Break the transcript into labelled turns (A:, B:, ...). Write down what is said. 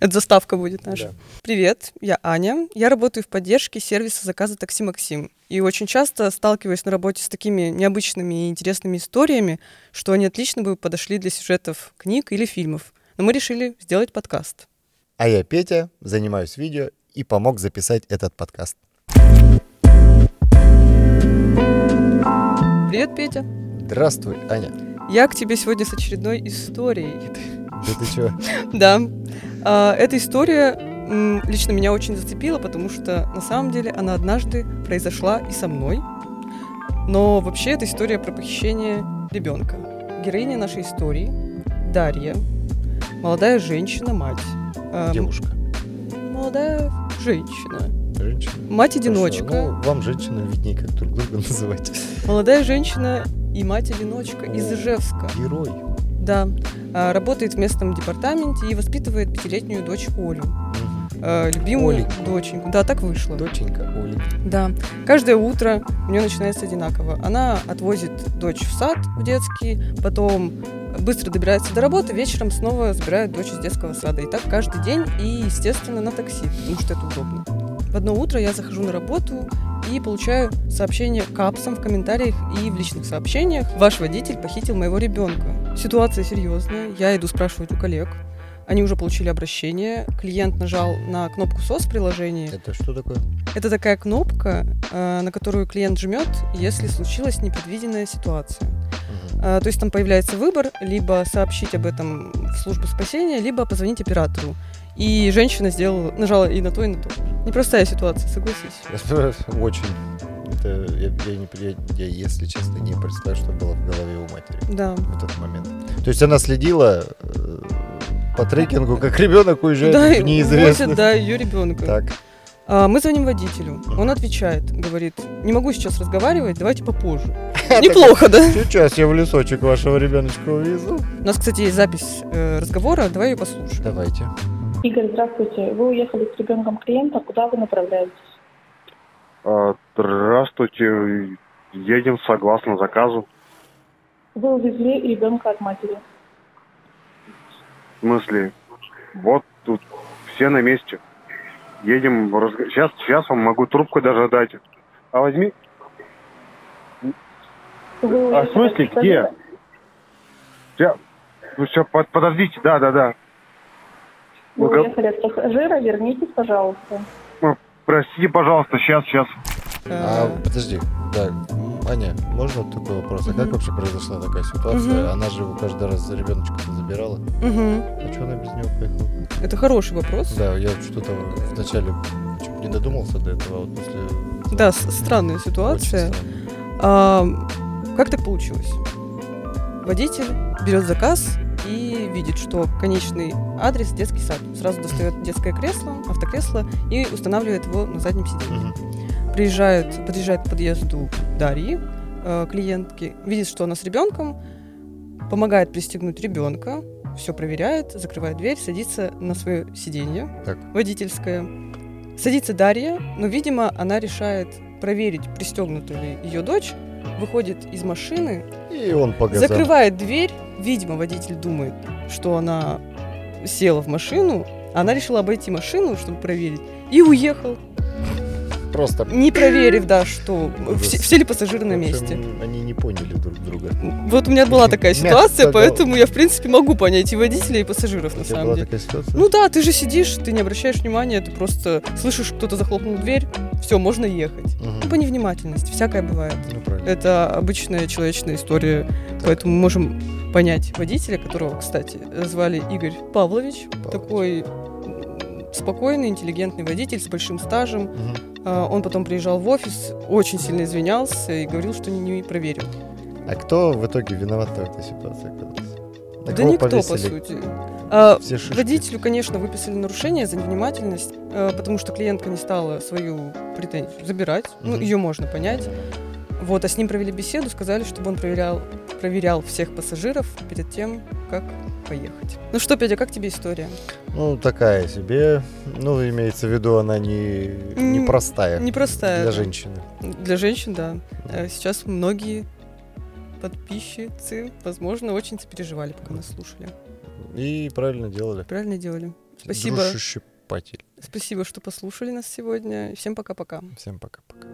A: Это заставка будет наша.
B: Да.
A: Привет, я Аня. Я работаю в поддержке сервиса заказа такси «Максим». И очень часто сталкиваюсь на работе с такими необычными и интересными историями, что они отлично бы подошли для сюжетов книг или фильмов. Но мы решили сделать подкаст.
B: А я Петя, занимаюсь видео и помог записать этот подкаст.
A: Привет, Петя.
B: Здравствуй, Аня.
A: Я к тебе сегодня с очередной историей.
B: Да ты чё?
A: Да. А, Эта история м, лично меня очень зацепила, потому что на самом деле она однажды произошла и со мной. Но вообще это история про похищение ребенка. Героиня нашей истории Дарья, молодая женщина, мать. Эм,
B: Девушка.
A: Молодая женщина.
B: Женщина.
A: Мать-одиночка.
B: Хорошо. Ну, вам, женщина, виднее, как друг друга называть.
A: Молодая женщина и мать-одиночка из
B: О.
A: Ижевска.
B: Герой.
A: Да. А, Работает в местном департаменте и воспитывает пятилетнюю дочь Олю.
B: Мгм.
A: Э, Любимую
B: Оленьку.
A: доченьку. Да, так вышло.
B: Доченька Оли.
A: Да. Каждое утро у нее начинается одинаково. Она отвозит дочь в сад, в детский, потом быстро добирается до работы, вечером снова забирает дочь из детского сада. И так каждый день, и, естественно, на такси, потому что это удобно. В одно утро я захожу на работу и получаю сообщение капсом в комментариях и в личных сообщениях. Ваш водитель похитил моего ребенка. Ситуация серьезная. Я иду спрашивать у коллег. Они уже получили обращение. Клиент нажал на кнопку СОС в приложении.
B: Это что такое?
A: Это такая кнопка, э, на которую клиент жмет, если случилась непредвиденная ситуация.
B: Мгм.
A: Э, То есть там появляется выбор, либо сообщить об этом в службу спасения, либо позвонить оператору. И женщина сделала, нажала и на то, и на то. Непростая ситуация, согласись.
B: Это Очень. Это я, я не, при- я, если честно, не представляю, что было в голове у матери
A: Да.
B: в этот момент. То есть она следила э, по трекингу, как ребенок уезжает
A: да,
B: в неизвестность.
A: возят, да, ее ребенка.
B: Так.
A: А, мы звоним водителю. Он отвечает, говорит, не могу сейчас разговаривать, давайте попозже. Неплохо, да?
B: Сейчас я в лесочек вашего ребеночка увезу.
A: У нас, кстати, есть запись э, разговора, давай ее послушаем.
B: Давайте.
C: Игорь, здравствуйте. Вы уехали с ребенком клиента. Куда вы направляетесь?
D: А, Здравствуйте. Едем согласно заказу.
C: Вы увезли ребенка от матери.
D: В смысле, вот тут все на месте. Едем. Сейчас, сейчас вам могу трубку даже дать. А возьми.
C: Вы
D: А
C: уехали
D: в смысле,
C: от
D: где?
C: пистолета.
D: Я... Ну все, подождите. Да, да, да.
C: Вы
D: Ну-ка.
C: уехали от пассажира. Вернитесь, пожалуйста.
D: Простите, пожалуйста, сейчас, сейчас.
B: А,
A: Э,
B: подожди, да, м, Аня, можно вот такой вопрос? А как
A: Мгм.
B: вообще произошла такая ситуация?
A: Мгм.
B: Она же его каждый раз за ребеночка забирала.
A: Э, мгм.
B: А что она без него поехала?
A: Это хороший вопрос.
B: Да, я что-то вначале чё-то не додумался до этого, а вот после...
A: Да, с- странная
B: Очень
A: ситуация.
B: странно.
A: А, как так получилось? Водитель берет заказ и видит, что конечный адрес детский сад. Сразу достает детское кресло, автокресло и устанавливает его на заднем сиденье.
B: Мгм.
A: Приезжает, подъезжает к подъезду Дарьи, э, клиентки, видит, что она с ребенком, помогает пристегнуть ребенка, все проверяет, закрывает дверь, садится на свое сиденье
B: Так.
A: водительское. Садится Дарья, но, видимо, она решает проверить, пристегнута ли ее дочь, выходит из машины,
B: И он по газам.
A: закрывает дверь. Видимо, водитель думает, что она села в машину, она решила обойти машину, чтобы проверить, и уехал,
B: Просто...
A: не проверив, да, что
B: Ужас.
A: все, все ли пассажиры на
B: в общем,
A: месте.
B: Они не поняли друг друга.
A: Вот у меня была такая
B: Мягко
A: ситуация,
B: говоря.
A: поэтому я, в принципе, могу понять и водителя, и пассажиров,
B: У
A: на
B: тебя
A: самом
B: была
A: деле.
B: такая ситуация?
A: Ну да, ты же сидишь, ты не обращаешь внимания, ты просто слышишь, кто-то захлопнул дверь, все, можно ехать.
B: Мгм.
A: Ну, по невнимательности, всякое бывает.
B: Ну, правильно.
A: Это обычная человечная история, поэтому мы можем понять водителя, которого, кстати, звали Игорь Павлович.
B: Павлович.
A: Такой м, спокойный, интеллигентный водитель с большим стажем.
B: Мгм.
A: А, Он потом приезжал в офис, очень сильно извинялся и говорил, что не, не проверил.
B: А кто в итоге виноват в этой ситуации оказался? На
A: да
B: кого
A: никто, по
B: повесили
A: сути. А,
B: Все шишки?
A: Водителю, конечно, выписали нарушение за невнимательность, э, потому что клиентка не стала свою претензию забирать. Ну,
B: Мгм.
A: ее можно понять. Вот, а с ним провели беседу, сказали, чтобы он проверял, проверял всех пассажиров перед тем, как поехать. Ну что, Петя, как тебе история?
B: Ну, такая себе. Ну, имеется в виду, она не,
A: М,
B: не простая.
A: непростая,
B: Для
A: да.
B: женщины.
A: Для женщин, да. Э, Сейчас многие подписчицы, возможно, очень сопереживали, пока нас слушали.
B: И правильно делали.
A: Правильно делали. Спасибо.
B: Душещипатель.
A: Спасибо, что послушали нас сегодня. Всем пока-пока.
B: Всем пока-пока.